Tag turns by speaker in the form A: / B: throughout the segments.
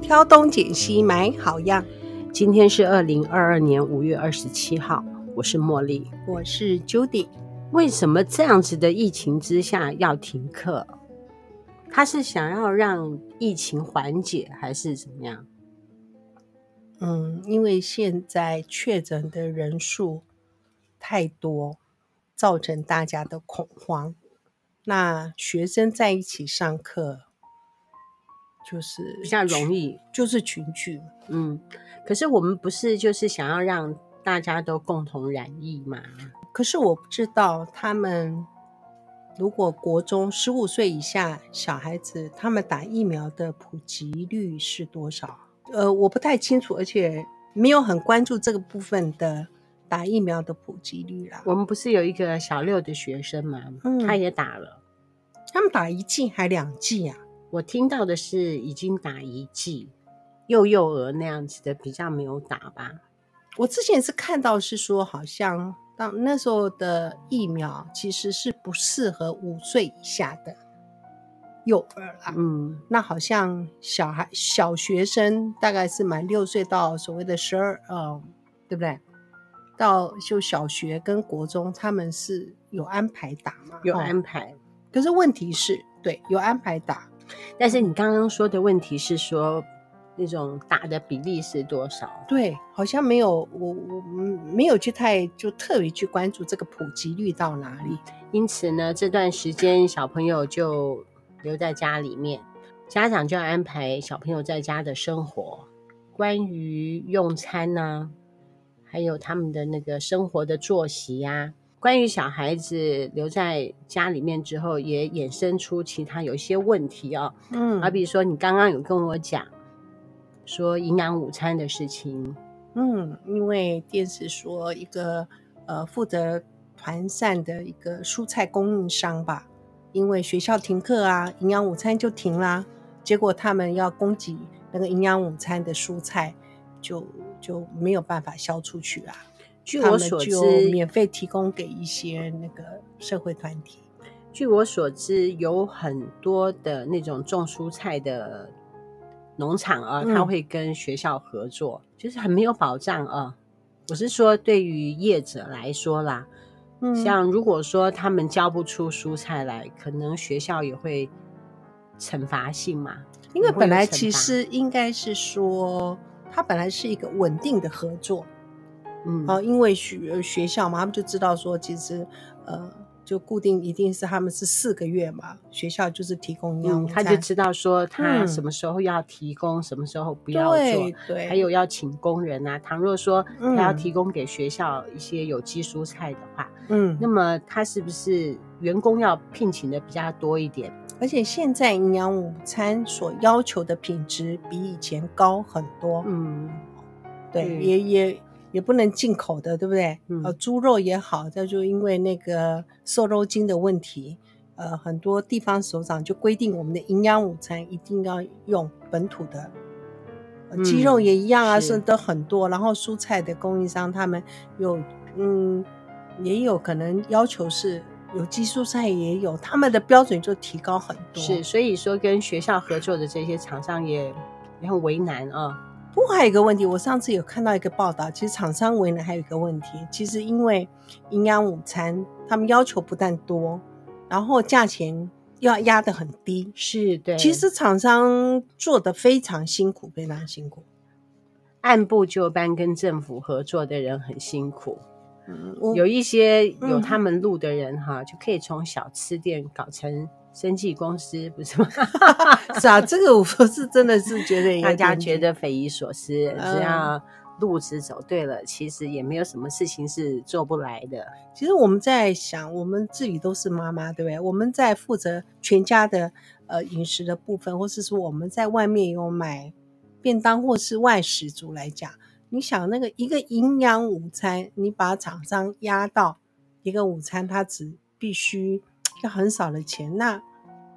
A: 挑东拣西，买好样。
B: 今天是二零二二年五月二十七号，我是茉莉。
A: 我是 Judy，
B: 为什么这样子的疫情之下要停课？他是想要让疫情缓解，还是怎么样？
A: 嗯，因为现在确诊的人数太多，造成大家的恐慌。那学生在一起上课，就是
B: 比较容易，
A: 就是群聚嘛。
B: 嗯。可是我们不是就是想要让大家都共同染疫吗？
A: 可是我不知道他们如果国中十五岁以下小孩子，他们打疫苗的普及率是多少？呃，我不太清楚，而且没有很关注这个部分的打疫苗的普及率啦。
B: 我们不是有一个小六的学生吗？
A: 嗯
B: 他也打了。
A: 他们打一剂还两剂啊？
B: 我听到的是已经打一剂，幼幼儿那样子的比较没有打吧。
A: 我之前是看到是说，好像当那时候的疫苗其实是不适合五岁以下的幼儿啦。
B: 嗯，
A: 那好像小孩小学生大概是满六岁到所谓的十二，嗯，对不对？到就小学跟国中，他们是有安排打嘛？
B: 有
A: 哦
B: 安排。
A: 可是问题是，对，有安排打，
B: 但是你刚刚说的问题是说那种打的比例是多少？
A: 对，好像没有，我我嗯没有去太就特别去关注这个普及率到哪里。
B: 因此呢，这段时间小朋友就留在家里面，家长就要安排小朋友在家的生活，关于用餐呐、还有他们的那个生活的作息呀、关于小孩子留在家里面之后，也衍生出其他有一些问题哦，
A: 嗯
B: 好比说你刚刚有跟我讲说营养午餐的事情，
A: 嗯，因为电视说一个呃负责团膳的一个蔬菜供应商吧，因为学校停课啊，营养午餐就停啦，结果他们要供给那个营养午餐的蔬菜就就没有办法销出去啊，
B: 据
A: 他
B: 我
A: 们
B: 所知，
A: 就免费提供给一些那个社会团体。
B: 据我所知，有很多的那种种蔬菜的农场啊，
A: 嗯
B: 它会跟学校合作，就是很没有保障啊。我是说，对于业者来说啦，
A: 嗯
B: 像如果说他们交不出蔬菜来，可能学校也会惩罚性嘛。
A: 因为
B: 会
A: 本
B: 有
A: 来
B: 惩
A: 其
B: 罚
A: 实应该是说，它本来是一个稳定的合作，
B: 嗯，
A: 啊，因为学学校嘛，他们就知道说，其实呃，就固定一定是他们是四个月嘛，学校就是提供营养
B: 嗯，
A: 午
B: 他
A: 餐，
B: 就知道说他
A: 嗯
B: 什么时候要提供，什么时候不要做
A: 对。对，
B: 还有要请工人啊，倘若说他要
A: 嗯
B: 提供给学校一些有机蔬菜的话，
A: 嗯
B: 那，么他是不是员工要聘请的比较多一点？
A: 而且现在营养午餐所要求的品质比以前高很多，
B: 嗯，
A: 对，
B: 嗯
A: 也也也不能进口的，对不对？
B: 嗯
A: 呃，猪肉也好，那就因为那个瘦肉精的问题，呃，很多地方首长就规定我们的营养午餐一定要用本土的。呃鸡肉
B: 嗯
A: 也一样啊，
B: 是
A: 是都很多。然后蔬菜的供应商他们有，嗯，也有可能要求是有机蔬菜也有，他们的标准就提高很多。
B: 是，所以说跟学校合作的这些厂商也也很为难啊。
A: 不过还有一个问题，我上次有看到一个报道，其实厂商为难还有一个问题，其实因为营养午餐他们要求不但多，然后价钱又要压得很低，
B: 是对，
A: 其实厂商做的非常辛苦，非常辛苦。
B: 按部就班跟政府合作的人很辛苦，
A: 嗯，我
B: 有一些
A: 嗯
B: 有他们路的人哈，就可以从小吃店搞成生计公司，不 是吗？
A: 是啊，这个我是真的是觉得有
B: 大家
A: 点
B: 觉得匪夷所思，
A: 嗯
B: 只要路子走对了，其实也没有什么事情是做不来的。
A: 其实我们在想，我们自己都是妈妈，对不对？我们在负责全家的呃饮食的部分，或是说我们在外面有买便当或是外食族来讲，你想那个一个营养午餐，你把厂商压到一个午餐，它只必须要很少的钱，那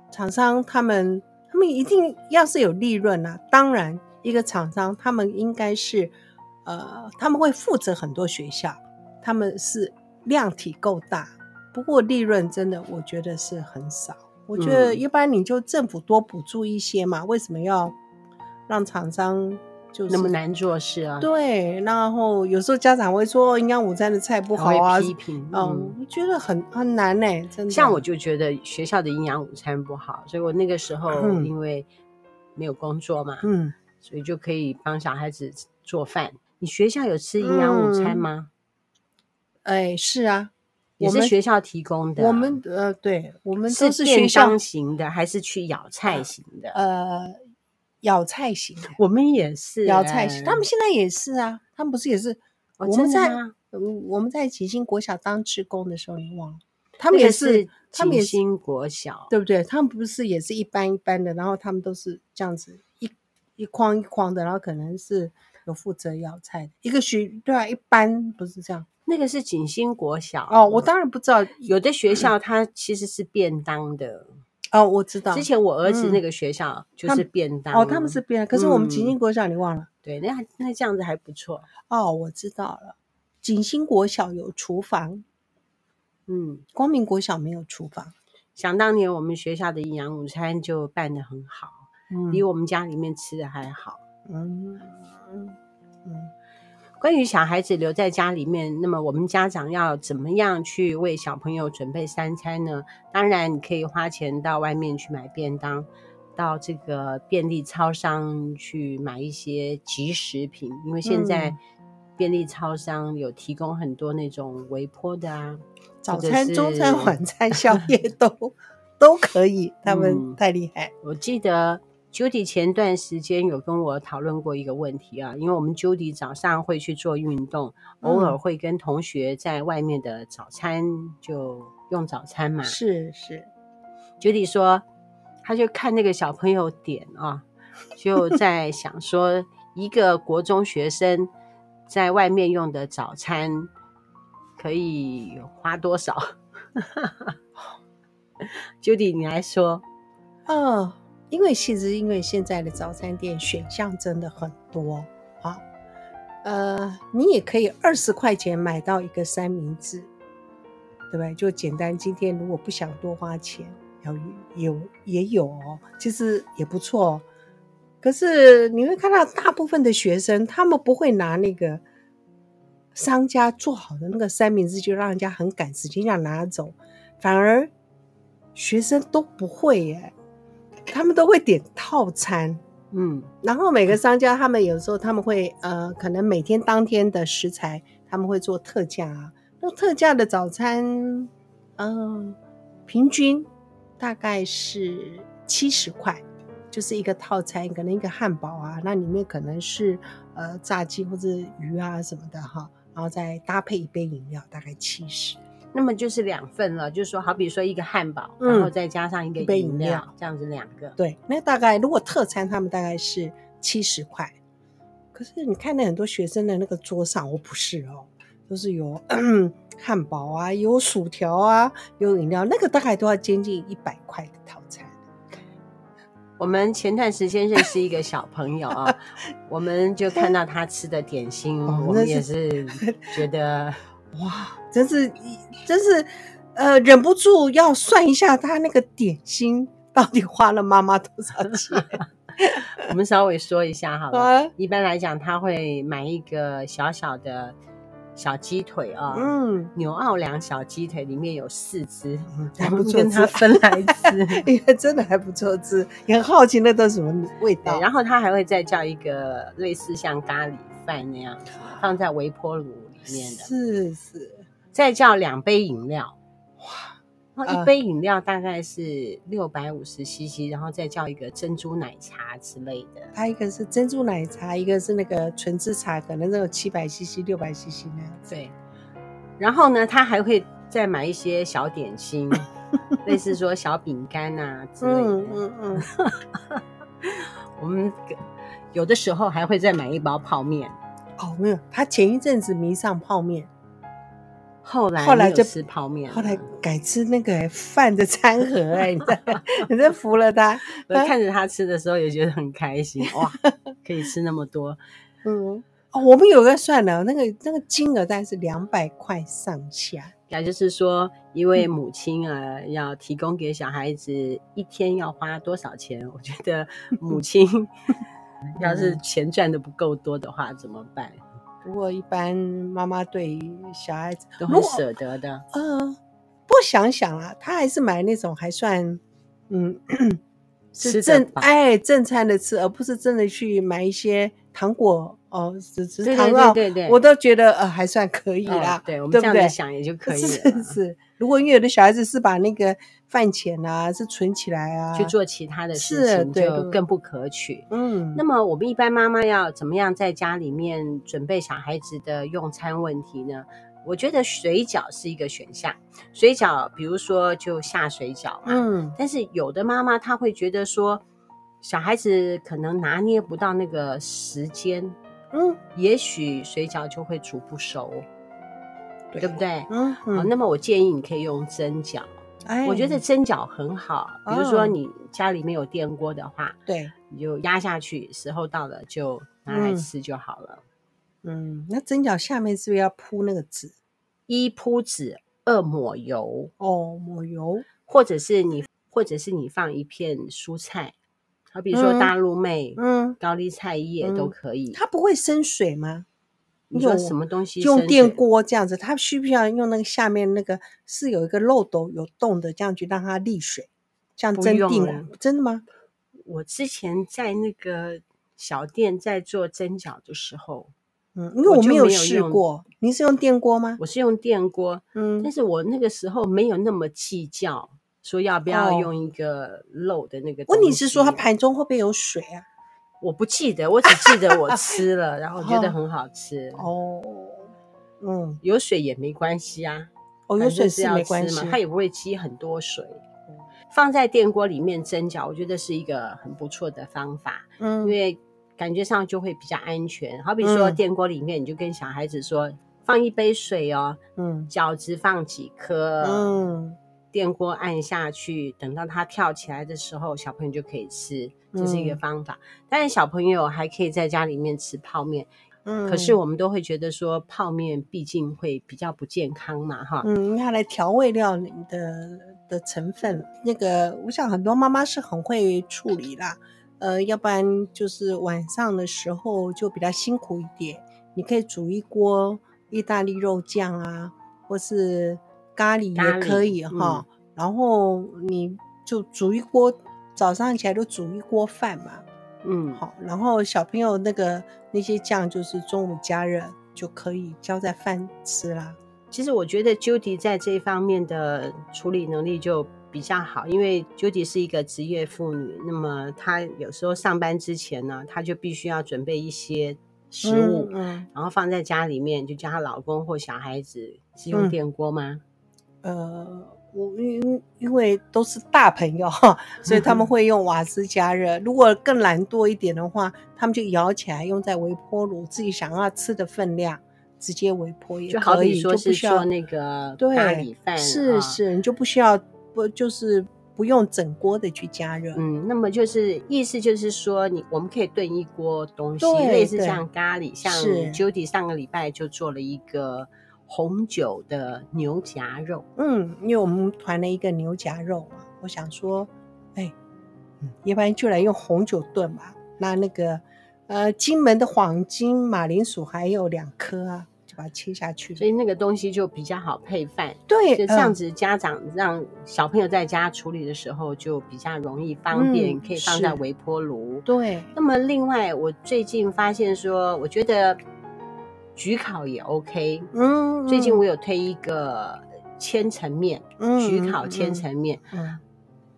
A: 厂商他们他们一定要是有利润啊，当然一个厂商他们应该是呃他们会负责很多学校。他们是量体够大，不过利润真的我觉得是很少。我觉得
B: 嗯
A: 一般你就政府多补助一些嘛，为什么要让厂商就是
B: 那么难做事啊，
A: 对，然后有时候家长会说哦营养午餐的菜不
B: 还
A: 好啊
B: 会，批评，嗯
A: 嗯，我觉得很很难呢、真的。
B: 像我就觉得学校的营养午餐不好，所以我那个时候
A: 嗯
B: 因为没有工作嘛，
A: 嗯，
B: 所以就可以帮小孩子做饭。你学校有吃营养午餐吗？
A: 哎，是啊，嗯
B: 也
A: 我
B: 是
A: 们
B: 学校提供的啊、
A: 我们呃，对，我们
B: 是
A: 都是学
B: 便
A: 校
B: 当型的，还是去咬菜型的？
A: 呃咬菜型的，
B: 我们也是
A: 咬菜型，
B: 欸
A: 他们现在也是啊，他们不是也是、
B: 哦
A: 我
B: 真
A: 们
B: 的
A: 在
B: 吗
A: 嗯我们在吉星国小当职工的时候，你忘了？他
B: 他
A: 们也
B: 是，
A: 他们也是
B: 新国小，
A: 对不对？他们不是也是一般一般的，然后他们都是这样子一一筐一筐的，然后可能是有负责咬菜的，一个学对啊，一般不是这样
B: 那个是景星国小嗯
A: 哦。我当然嗯不知道
B: 有的学校它其实是便当的。
A: 哦，我知道
B: 之前我儿子
A: 嗯
B: 那个学校就是便当
A: 哦，他们是别人，可是我们吉
B: 嗯
A: 星国小你忘了、
B: 对，那那这样子还不错。
A: 哦，我知道了，景星国小有厨房，
B: 嗯，
A: 光明国小没有厨房，
B: 想当年我们学校的营养午餐就办得很好，
A: 嗯
B: 比我们家里面吃的还好。
A: 嗯嗯嗯
B: 关于小孩子留在家里面，那么我们家长要怎么样去为小朋友准备三餐呢？当然，你可以花钱到外面去买便当，到这个便利超商去买一些即食品，因为现在
A: 嗯
B: 便利超商有提供很多那种微波的啊，
A: 早
B: 或者
A: 餐、中餐、
B: 是
A: 晚餐、宵夜都 都可以，他
B: 嗯
A: 们太厉害。
B: 我记得 Judy 前段时间有跟我讨论过一个问题啊，因为我们 Judy 早上会去做运动，
A: 嗯
B: 偶尔会跟同学在外面的早餐就用早餐嘛。
A: 是是，
B: Judy 说，他就看那个小朋友点啊， 就在想说，一个国中学生在外面用的早餐可以花多少
A: 哦
B: ？Judy，你来说，
A: 嗯，因为其实因为现在的早餐店选项真的很多啊，呃，你也可以二十块钱买到一个三明治，对不对？就简单，今天如果不想多花钱，有有也有哦，其实也不错哦。可是你会看到大部分的学生，他们不会拿那个商家做好的那个三明治，就让人家很赶时间要拿走，反而学生都不会耶，他们都会点套餐。
B: 嗯。
A: 然后每个商家他们有时候他们会呃，可能每天当天的食材他们会做特价啊。那特价的早餐，嗯、平均大概是七十块，就是一个套餐，可能一个汉堡啊，那里面可能是呃炸鸡或者鱼啊什么的哈，然后再搭配一杯饮料，大概七十。
B: 那么就是两份了，就是说，好比说一个汉堡，
A: 嗯
B: 然后再加上一个
A: 一杯
B: 饮
A: 饮料
B: 这样子两个。
A: 对，那大概如果特餐他们大概是七十块，可是你看那很多学生的那个桌上，我不是哦，都是有 汉堡啊，有薯条啊，有饮料，那个大概都要接近一百块的套餐。
B: 我们前段时间认识一个小朋友 啊，我们就看到他吃的点心，
A: 哦
B: 我
A: 那
B: 们
A: 是
B: 也是觉得，
A: 哇，真是一真是呃，忍不住要算一下他那个点心到底花了妈妈多少钱
B: 我们稍微说一下 好了。
A: 啊？
B: 一般来讲，他会买一个小小的小鸡腿啊，
A: 嗯，
B: 纽奥良小鸡腿里面有四只，
A: 还
B: 我
A: 不
B: 们
A: 错
B: 跟他
A: 吃，
B: 分来 吃。
A: 也真的还不错吃，也很好奇那都什么味道
B: 对，。然后他还会再叫一个类似像咖喱饭那样放在微波炉里面的，
A: 是是，
B: 再叫两杯饮料，哇，然后一
A: 啊
B: 杯饮料大概是六百五十 CC，然后再叫一个珍珠奶茶之类的。
A: 它一个是珍珠奶茶，一个是那个纯制茶，可能那种七百 CC、六百 CC 那样子。
B: 对，然后呢，他还会再买一些小点 心，类似说小饼干啊之类的。
A: 嗯嗯嗯，
B: 我们有的时候还会再买一包泡面。
A: 哦，没有，他前一阵子迷上泡面，
B: 后来
A: 后来
B: 没有
A: 就
B: 吃泡面了，
A: 后来改吃那个欸饭的餐盒，哎，你真 你真服了他。
B: 我看着他吃的时候也觉得很开心， 哇，可以吃那么多。
A: 嗯，哦，我们有个算了，那个那个金额大概是两百块上下。
B: 也就是说，一
A: 嗯
B: 位母亲啊，要 提供给小孩子一天要花多少钱？我觉得母亲
A: 嗯
B: 要是钱赚的不够多的话怎么办？
A: 不过一般妈妈对于小孩子
B: 都
A: 如
B: 很
A: 果
B: 舍得的。
A: 嗯，不想想啊，他还是买那种还算，嗯，是
B: 吃得
A: 正
B: 饱
A: 哎正餐的吃，而不是真的去买一些糖果哦，只只是
B: 对对
A: 糖
B: 对
A: 料，
B: 对对，
A: 我都觉得呃还算可以
B: 哦
A: 啦，
B: 对我们
A: 对
B: 这
A: 不
B: 样
A: 对？
B: 子想也就可以
A: 是
B: 了嗯
A: 是是，如果因为有的小孩子是把那个饭钱啊是存起来啊，
B: 去做其他的事
A: 是
B: 情，
A: 对
B: 就
A: 对
B: 更不可取。
A: 嗯，
B: 那么我们一般妈妈要怎么样在家里面准备小孩子的用餐问题呢？我觉得水饺是一个选项。水饺，比如说就下水饺嘛，
A: 嗯
B: 但是有的妈妈她会觉得说，小孩子可能拿捏不到那个时间，
A: 嗯
B: 也许水饺就会煮不熟，对不对？好、
A: 嗯嗯，
B: 那么我建议你可以用蒸饺，
A: 哎哦
B: 我觉得蒸饺很好。比如说你家里面有电锅的话，
A: 对，
B: 你就压下去，时候到了就拿来吃就好了。
A: 嗯，那蒸饺下面是不是要铺那个纸？
B: 一铺纸，二抹油，
A: 哦，抹油，
B: 或者是你，或者是你放一片蔬菜，好比如说
A: 嗯
B: 大陆妹、
A: 嗯，
B: 高丽菜叶都
A: 嗯
B: 可以。
A: 它不会生水吗？
B: 你说
A: 有
B: 什么东西
A: 就用
B: 生
A: 电
B: 水
A: 锅这样子，它需不需要用那个下面那个是有一个漏斗有洞的，这样去让它沥水，这样
B: 不
A: 蒸
B: 用
A: 定
B: 了
A: 了？真的吗？
B: 我之前在那个小店在做蒸饺的时候，
A: 嗯，因为我
B: 就
A: 没
B: 没
A: 有
B: 有
A: 试
B: 用
A: 过。你是用电锅吗？
B: 我是用电锅，但
A: 嗯
B: 是我那个时候没有那么计较，说要不要
A: 哦
B: 用一个漏的那个。
A: 问题是说它，盘中会不会有水啊？
B: 我不记得，我只记得我 吃了，然后觉得
A: 哦
B: 很好吃。
A: 哦，嗯，
B: 有水也没关系啊，
A: 哦，有
B: 反正
A: 水
B: 是
A: 是
B: 要
A: 没
B: 吃
A: 关系哦
B: 嘛，，它也不会积很多水。放在电锅里面蒸饺，我觉得是一个很不错的方法。因
A: 嗯，
B: 为感觉上就会比较安全。好比说
A: 嗯
B: 电锅里面，你就跟小孩子说、放一杯水哦，
A: 嗯
B: 饺子放几颗，呃
A: 嗯，
B: 电锅按下去，等到它跳起来的时候，小朋友就可以吃，这是一个
A: 嗯
B: 方法。当然，小朋友还可以在家里面吃泡面，
A: 嗯，
B: 可是我们都会觉得说泡面毕竟会比较不健康嘛，哈。
A: 嗯，它来调味料里的的成分，那个我想很多妈妈是很会处理啦，呃，要不然就是晚上的时候就比较辛苦一点，你可以煮一锅意大利肉酱啊，或是咖喱嗯
B: 咖
A: 也可
B: 喱
A: 以哈，然后你就煮一锅，早上起来就煮一锅饭嘛，
B: 嗯，
A: 好，然后小朋友那个那些酱就是中午加热就可以浇在饭吃啦。
B: 其实我觉得 Judy 在这一方面的处理能力就比较好，因为 Judy 是一个职业妇女，那么她有时候上班之前呢，她就必须要准备一些食物，
A: 嗯，
B: 然后放在家里面，就叫她老公或小孩子是用
A: 嗯
B: 电锅
A: 嗯
B: 吗？
A: 呃，我因因为都是大朋友哈，所以他们会用瓦斯加热。如果更懒惰一点的话，他们就舀起来用在微波炉，自己想要吃的分量直接微波也
B: 就好
A: 可
B: 比
A: 以，就
B: 说
A: 不
B: 是
A: 需要
B: 做那个
A: 对
B: 咖喱饭，啊
A: 是是，你就不需要不就是不用整锅的去加热。
B: 嗯，那么就是意思就是说你，我们可以炖一锅东西，
A: 对
B: 类似
A: 对
B: 像咖喱，像
A: 是
B: Judy 上个礼拜就做了一个红酒的牛夹肉，
A: 嗯，因为我们团了一个牛夹肉嘛，我想说，哎，嗯要不然就来用红酒炖吧。那那个呃，金门的黄金马铃薯还有两颗啊，就把它切下去。
B: 所以那个东西就比较好配饭。
A: 对，
B: 就这样
A: 嗯
B: 子，家长让小朋友在家处理的时候就比较容易方便，
A: 嗯
B: 可以放在
A: 是
B: 微波炉。
A: 对，
B: 那么另外，我最近发现说，我觉得焗烤也 OK。
A: 嗯，
B: 最近
A: 嗯
B: 我有推一个千层面，焗烤千，层面，
A: 嗯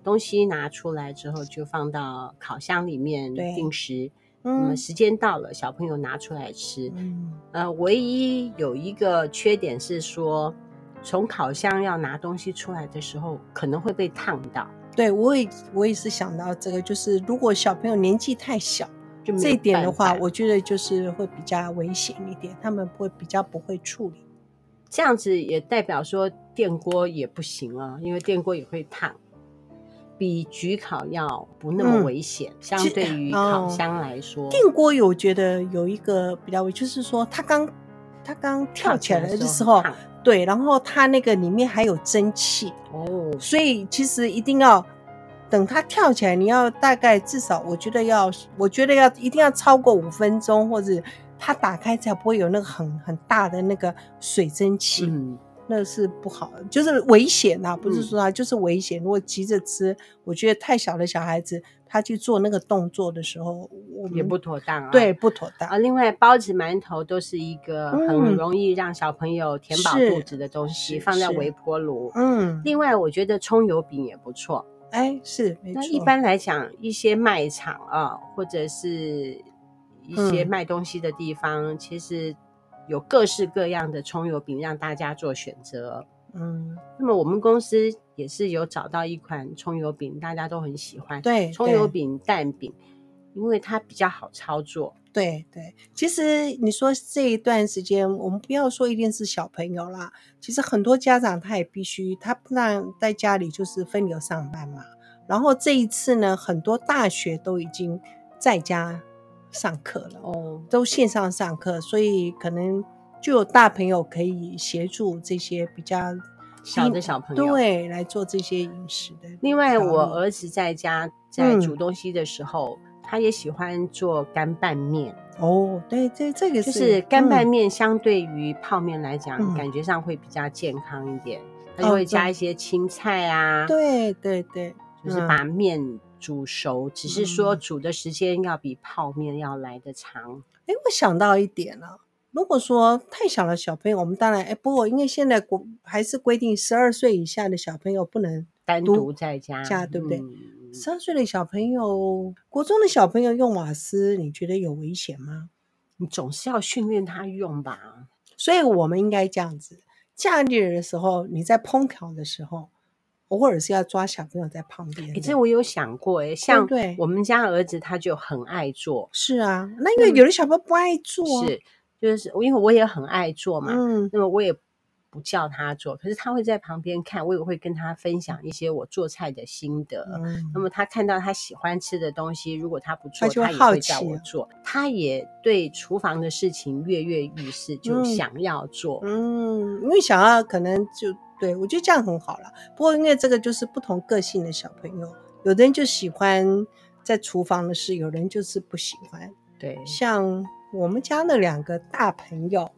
B: 东西拿出来之后就放到烤箱里面
A: 对
B: 定时，那
A: 嗯
B: 么时间到了，小朋友拿出来吃。
A: 嗯
B: 呃，唯一有一个缺点是说，从烤箱要拿东西出来的时候，可能会被烫到，
A: 嗯，对我也我也是想到这个，就是如果小朋友年纪太小，
B: 就没有
A: 这一点的
B: 办
A: 话，
B: 法
A: 我觉得就是会比较危险一点，他们会比较不会处理。
B: 这样子也代表说电锅也不行啊，因为电锅也会烫，比焗烤要不那么
A: 嗯
B: 危险，相
A: 其
B: 对于烤
A: 哦
B: 箱来说，
A: 电锅有觉得有一个比较危，就是说它刚它刚跳起来的时候
B: 很，烫
A: 对，然后它那个里面还有蒸汽，
B: 哦，
A: 所以其实一定要等它跳起来，你要大概至少，我觉得要，我觉得要一定要超过五分钟，或者它打开才不会有那个很很大的那个水蒸气，
B: 嗯，
A: 那是不好的，就是危险啊！不是
B: 嗯
A: 说啊，就是危险。如果急着吃，我觉得太小的小孩子他去做那个动作的时候，我们
B: 也不妥当啊。
A: 对，不妥当。
B: 啊，另外包子、馒头都是一个
A: 嗯
B: 很容易让小朋友填饱
A: 是
B: 肚子的东西，
A: 是
B: 放在
A: 是
B: 微波炉。
A: 嗯，
B: 另外，我觉得葱油饼也不错。
A: 哎，是没错。
B: 那一般来讲，一些卖场啊，或者是一些
A: 嗯
B: 卖东西的地方，其实有各式各样的葱油饼让大家做选择。
A: 嗯，
B: 那么我们公司也是有找到一款葱油饼，大家都很喜欢。
A: 对，
B: 葱
A: 对
B: 油饼、蛋饼，因为它比较好操作。
A: 对对，其实你说这一段时间，我们不要说一定是小朋友啦，其实很多家长他也必须，他不然在家里就是分流上班嘛。然后这一次呢，很多大学都已经在家上课了，
B: 哦，
A: 都线上上课，所以可能就有大朋友可以协助这些比较
B: 小的
A: 低
B: 小朋友。。
A: 对来做这些饮食的调理。
B: 另外，我儿子在家在
A: 嗯
B: 煮东西的时候，他也喜欢做干拌面。
A: 哦，对，这这个
B: 就是干拌
A: 嗯
B: 面相对于泡面来讲，
A: 嗯
B: 感觉上会比较健康一点，它
A: 哦
B: 就会
A: 对
B: 加一些青菜啊，，
A: 对对对，
B: 就是
A: 嗯
B: 把面煮熟，只是说
A: 嗯
B: 煮的时间要比泡面要来的长。
A: 哎，我想到一点了、如果说太小的小朋友，我们当然哎，不过因为现在国还是规定十二岁以下的小朋友不能，
B: 单独在家，
A: 家对不对
B: 嗯
A: 十二岁的小朋友，国中的小朋友用瓦斯，你觉得有危险吗？
B: 你总是要训练他用吧？
A: 所以我们应该这样子，假日的时候你在烹调的时候，偶尔是要抓小朋友在旁边
B: 诶
A: 的。
B: 这我有想过哎、像
A: 嗯对
B: 我们家儿子他就很爱做，
A: 是啊，那因为有的小朋友不爱做、啊，
B: 嗯是就是因为我也很爱做嘛，
A: 嗯，
B: 那么我也不叫他做，可是他会在旁边看，我也会跟他分享一些我做菜的心得。
A: 嗯
B: 呃那么他看到他喜欢吃的东西，如果他不
A: 他
B: 做，
A: 就
B: 他
A: 会
B: 也
A: 好
B: 会叫
A: 奇
B: 我
A: 啊
B: 做。他也对厨房的事情跃跃欲试，就
A: 嗯
B: 想要做。
A: 嗯，因为想要可能就对我觉得这样很好了。不过因为这个就是不同个性的小朋友，有的人就喜欢在厨房的事，有人就是不喜欢。
B: 对，
A: 像我们家的两个大朋友，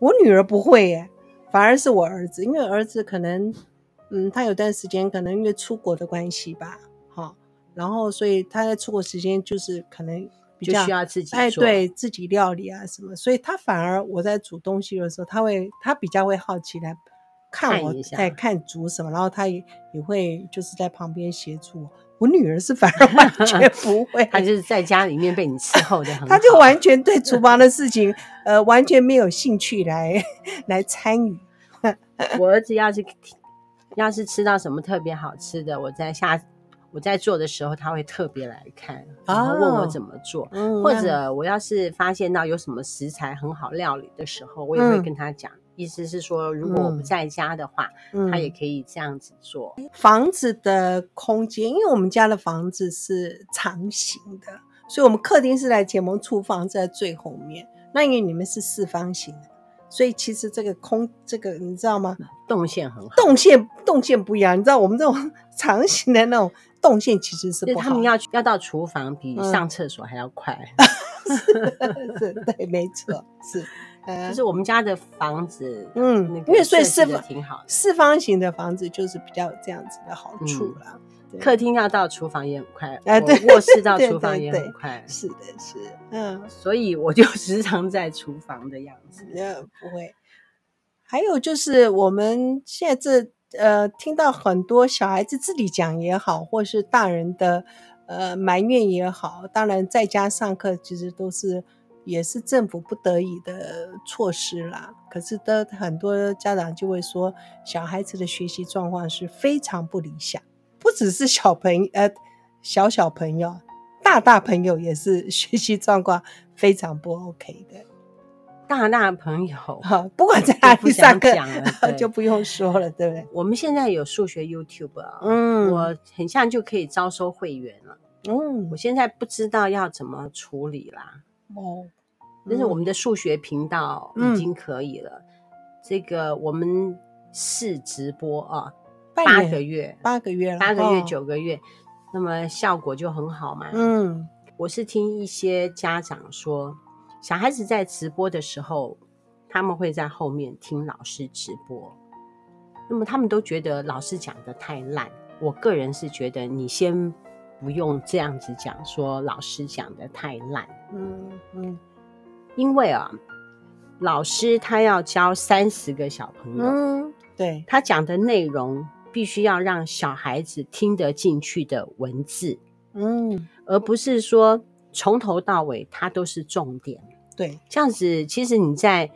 A: 我女儿不会耶，反而是我儿子，因为儿子可能，嗯，他有段时间可能因为出国的关系吧，哈、然后所以他在出国时间就是可能比
B: 就
A: 较
B: 需要自己做。
A: 哎，对自己料理啊什么，所以他反而我在煮东西的时候，他会他比较会好奇来看
B: 看
A: 我
B: 一下
A: 哎看煮什么，然后他也也会就是在旁边协助我。我女儿是反而完全 不会，
B: 他就是在家里面被你伺候的很好。
A: 她就完全 对厨房的事情呃完全没有兴趣来 来参与。
B: 我儿子要是要是吃到什么特别好吃的，我在下我在做的时候，他会特别来看，然后问
A: 哦
B: 我怎么做。
A: 嗯
B: 或者我要是发现到有什么食材很好料理的时候，我也会
A: 嗯
B: 跟他讲。意思是说，如果我不
A: 嗯
B: 在家的话，
A: 嗯
B: 他也可以这样子做。
A: 房子的空间，因为我们家的房子是长形的，所以我们客厅是在前面，厨房是在最后面。那因为你们是四方形的，所以其实这个空，这个你知道吗？
B: 动线很好，
A: 动线动线不一样，你知道我们这种 长形的那种动线其实是
B: 就是
A: 不好
B: 他
A: 的。
B: 们要去要到厨房比
A: 嗯
B: 上厕所还要快。
A: 是对，没错， 是
B: 就
A: 呃
B: 是我们家的房子，
A: 嗯
B: 那
A: 因为
B: 个
A: 所以
B: 设
A: 师
B: 计的
A: 傅
B: 挺好的，
A: 四方形的房子就是比较有这样子的好处
B: 嗯
A: 啦。对
B: 客厅要到厨房也很快，
A: 哎
B: 我
A: 对
B: 卧室到
A: 对
B: 厨房
A: 对
B: 也
A: 对
B: 很快，
A: 是的，是的嗯。
B: 所以我就 时常在厨房的样子。
A: 呃，不会。还有就是我们现在这呃，听到很多小孩子自己讲也好，或是大人的呃埋怨也好，当然在家上课其实都是也是政府不得已的措施啦。可是的很多家长就会说，小孩子的学习状况是非常不理想，不只是小朋呃小小朋友，大大朋友也是 学习状况非常不 OK 的。
B: 大大朋友，
A: 好， 不管在哪
B: 就不
A: 里上
B: 想
A: 课
B: 讲 了
A: 就
B: 对
A: 不用说了，对不对？
B: 我们现在有数学 YouTube 啊，
A: 嗯
B: 我很像就可以招收会员了。
A: 嗯
B: 我现在不知道要怎么处理啦，
A: 哦，
B: 但是我们的数学频
A: 嗯
B: 道已经可以了。这个我们试直播啊，
A: 半
B: 八
A: 年
B: 个月，
A: 八个月了，
B: 八个月、
A: 哦，
B: 九个月，那么效果就很好嘛。
A: 嗯
B: 我是听一些家长说，小孩子在直播的时候，他们会在后面听老师直播，那么他们都觉得老师讲的太烂。我个人是觉得你先不用这样子讲，说老师讲的太烂，
A: 嗯嗯
B: 因为啊，老师他要教三十个小朋友，
A: 嗯，对，
B: 他讲的内容必须要让小孩子听得进去的文字，
A: 嗯
B: 而不是说从头到尾它都是重点。
A: 对，
B: 这样子，其实你在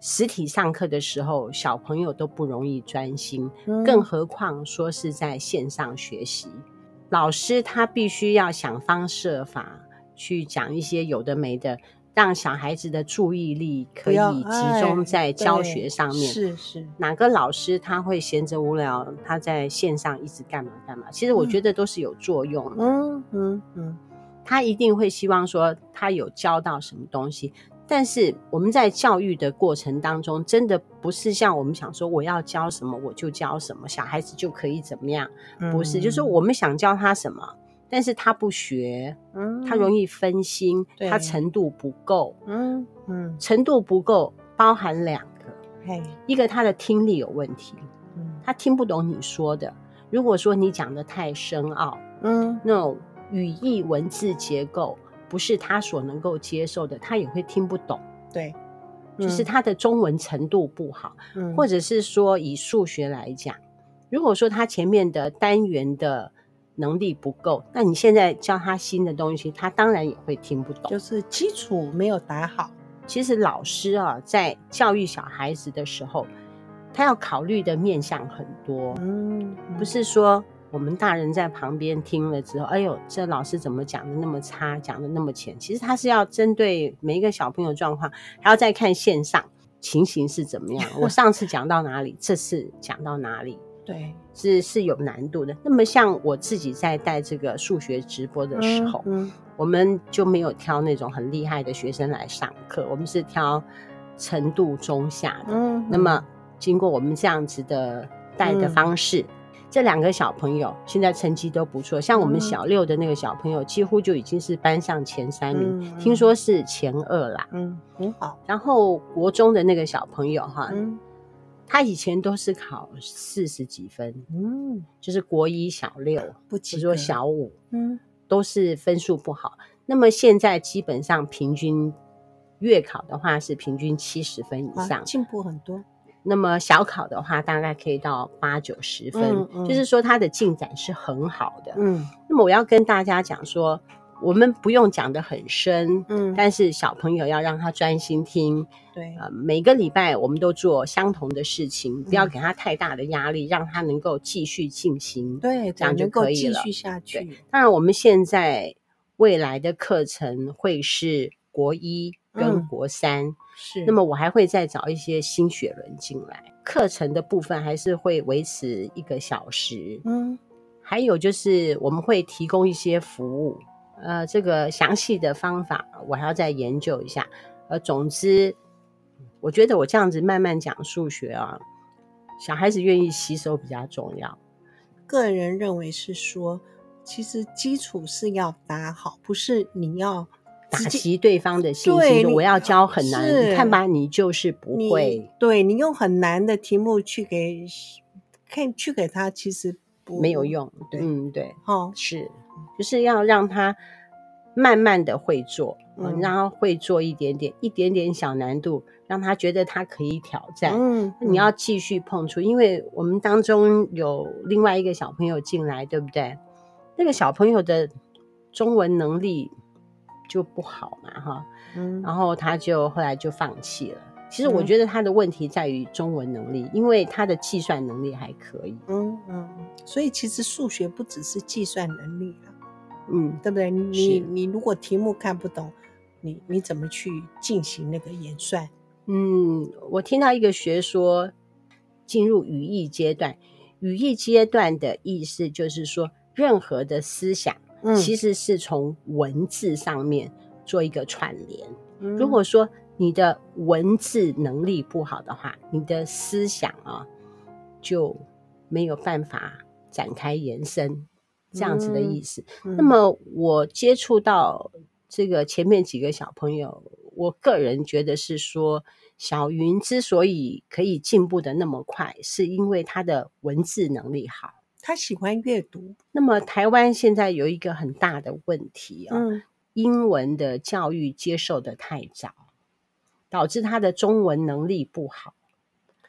B: 实体上课的时候，小朋友都不容易专心，
A: 嗯
B: 更何况说是在线上学习。老师他必须要想方设法去讲一些有的没的，让小孩子的注意力可
A: 不
B: 以
A: 要
B: 集中
A: 哎
B: 在教
A: 对
B: 学上面。
A: 是是，
B: 哪个老师他会闲着无聊，他在线上一直干嘛干嘛？其实我觉得都是有作用的。
A: 嗯嗯嗯，
B: 他一定会希望说他有教到什么东西。但是我们在教育的过程当中，真的不是像我们想说我要教什么我就教什么，小孩子就可以怎么样？
A: 嗯
B: 不是，就是我们想教他什么，但是他不学，
A: 嗯，
B: 他容易分心，
A: 对
B: 他程度不够，
A: 嗯嗯，
B: 程度不够包含两个，
A: 嘿，
B: 一个他的听力有问题，
A: 嗯
B: 他听不懂你说的。如果说你讲的太深奥，
A: 嗯
B: 那种语义文字结构不是他所能够接受的，他也会听不懂。
A: 对，
B: 就
A: 嗯
B: 是他的中文程度不好，
A: 嗯
B: 或者是说以数学来讲，如果说他前面的单元的能力不够，那你现在教他新的东西，他当然也会听不懂
A: 就。是基础没有打好，
B: 其实老师啊，在教育小孩子的时候，他要考虑的面向很多。
A: 嗯，
B: 不是说我们大人在旁边听了之后，哎呦，这老师怎么讲的那么差，讲的那么浅？其实他是要针对每一个小朋友状况，还要再看线上情形是怎么样。我上次讲到哪里，这次讲到哪里。
A: 嗯对
B: 是是有难度的。那么像我自己在带这个数学直播的时候，
A: 嗯
B: 我们就没有挑那种很厉害的学生来上课，我们是挑程度中下的。
A: 嗯，
B: 那么经过我们这样子的带的方式，这两个小朋友现在成绩都不错，像我们
A: 嗯
B: 小六的那个小朋友，几乎就已经是班上前三名，
A: 嗯
B: 听说是前二啦。
A: 嗯很好，
B: 然后国中的那个小朋友哈，
A: 嗯
B: 他以前都是考四十几分，
A: 嗯
B: 就是国一小六，
A: 不
B: 比
A: 及
B: 如说
A: 格
B: 小五，
A: 嗯
B: 都是分数不好。那么现在基本上平均月考的话是平均七十分以
A: 啊
B: 上，
A: 进步很多，
B: 那么小考的话，大概可以到八九十分，
A: 嗯嗯
B: 就是说它的进展是很好的。
A: 嗯
B: 那么我要跟大家讲说，我们不用讲得很深，
A: 嗯
B: 但是小朋友要让他专心听。
A: 对
B: 呃，每个礼拜我们都做相同的事情，
A: 嗯
B: 不要给他太大的压力，让他能够继续进行。
A: 对
B: 这样
A: 对，
B: 就
A: 能够
B: 可以
A: 继
B: 了
A: 续下去，
B: 当然，我们现在未来的课程会是国一跟
A: 嗯
B: 国三。
A: 是
B: 那么我还会再找一些新血轮进来，课程的部分还是会维持一个小时。
A: 嗯
B: 还有就是我们会提供一些服务，呃，这个详细的方法我还要再研究一下。呃，总之，我觉得我这样子慢慢讲数学啊，小孩子愿意吸收比较重要。
A: 个人认为是说，其实基础是要打好，不是你要
B: 打
A: 直接
B: 击对方的信心，
A: 对
B: 就
A: 你
B: 我要教很难，你
A: 是
B: 看吧，你就是不
A: 你
B: 会。
A: 对你用很难的题目去给看去给他，其实不
B: 没有用。
A: 对
B: 嗯，对，
A: 哦
B: 是，就是要让他慢慢的会做，嗯，
A: 嗯
B: 让他会做一点点，一点点小难度，让他觉得他可以挑战。
A: 嗯，
B: 啊你要
A: 嗯
B: 继续碰触，因为我们当中有另外一个小朋友进来，对不对？那个小朋友的中文能力就不好嘛，哈，
A: 嗯
B: 然后他就后来就放弃了。其实我
A: 嗯
B: 觉得他的问题在于中文能力，因为他的计算能力还可以。
A: 嗯嗯，所以其实数学不只是计算能力了，
B: 嗯，
A: 对不对？你你
B: 是
A: 你如果题目看不懂，你你怎么去进行那个演算？
B: 嗯，我听到一个学说，进入语义阶段，语义阶段的意思就是说，任何的思想
A: 嗯
B: 其实是从文字上面做一个串联。如
A: 嗯
B: 果说你的文字能力不好的话，你的思想啊就没有办法展开延伸，这样子的
A: 嗯
B: 意思。那
A: 那
B: 么我接触到这个前面几个小朋友，我个人觉得是说，小云之所以可以进步的那么快，是因为他的文字能力好。
A: 他喜欢阅读，
B: 那么台湾现在有一个很大的问题哦，
A: 嗯
B: 英文的教育接受的太早，导致他的中文能力不好，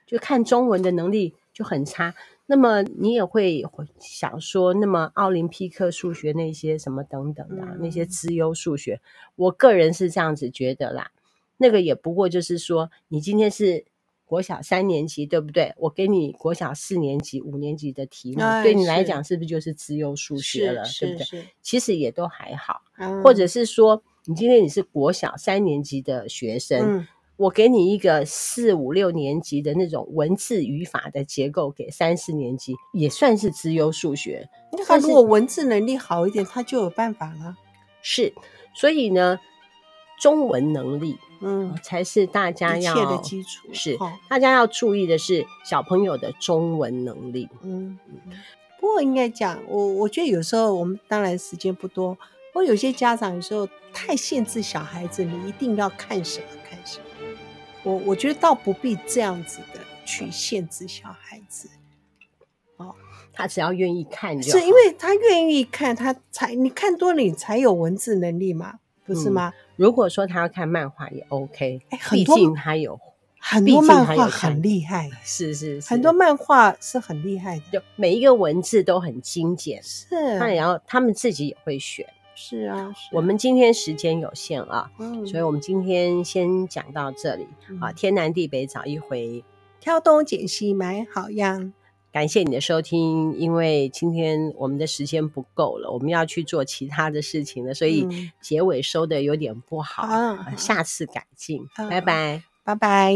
B: 就看中文的能力就很差。那么你也会想说，那么奥林匹克数学那些什么等等的啊、
A: 嗯
B: 那些资优数学，我个人是这样子觉得啦。那个也不过就是说，你今天是国小三年级，对不对？我给你国小四年级、五年级的题目，
A: 哎
B: 对你来
A: 是
B: 讲是不是就是资优数学
A: 是
B: 了，对
A: 是
B: 不对？
A: 是，
B: 其实也都还好。
A: 嗯
B: 或者是说，你今天你是国小三年级的学生，
A: 嗯
B: 我给你一个四五六年级的那种文字语法的结构，给三四年级也算是资优数学，
A: 那他
B: 但
A: 如
B: 是
A: 果文字能力好一点，他就有办法了。
B: 是，所以呢，中文能力
A: 嗯，
B: 才是大家
A: 一切
B: 要
A: 的基础
B: 是
A: 哦
B: 大家要注意的是小朋友的中文能力，
A: 嗯，不过应该讲，我我觉得有时候我们当然时间不多，不过有些家长有时候太限制小孩子，你一定要看什么看什么。我我觉得倒不必这样子的去限制小孩子，
B: 他只要愿意看就好，
A: 是因为他愿意看，他才你看多了，你才有文字能力嘛，不是
B: 嗯
A: 吗？
B: 如果说他要看漫画也 OK，
A: 哎很
B: 毕
A: 多
B: 竟他有
A: 很
B: 毕
A: 多
B: 竟
A: 漫
B: 还有
A: 画
B: 看
A: 很厉害，
B: 是是是
A: 很多漫画是很厉害的，
B: 就每一个文字都很精简，那也
A: 是
B: 要他们自己也会选。
A: 是啊，是
B: 啊我
A: 啊
B: 们今天时间有限啊，
A: 嗯
B: 所以我们今天先讲到这里啊。
A: 嗯
B: 天南地北找一回，
A: 挑东拣西买好样，
B: 感谢你的收听，因为今天我们的时间不够了，我们要去做其他的事情了，所以
A: 嗯
B: 结尾收的有点不好，
A: 啊
B: 啊
A: 好
B: 下次改进，
A: 啊
B: 拜拜。
A: 拜拜。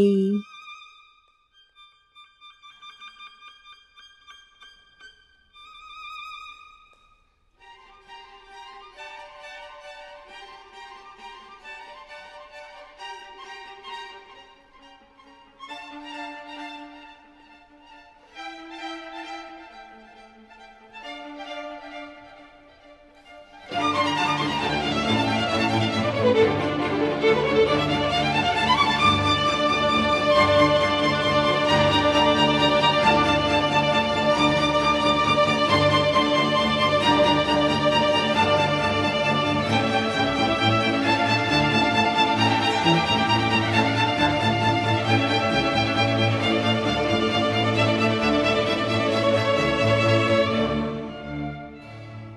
C: Thank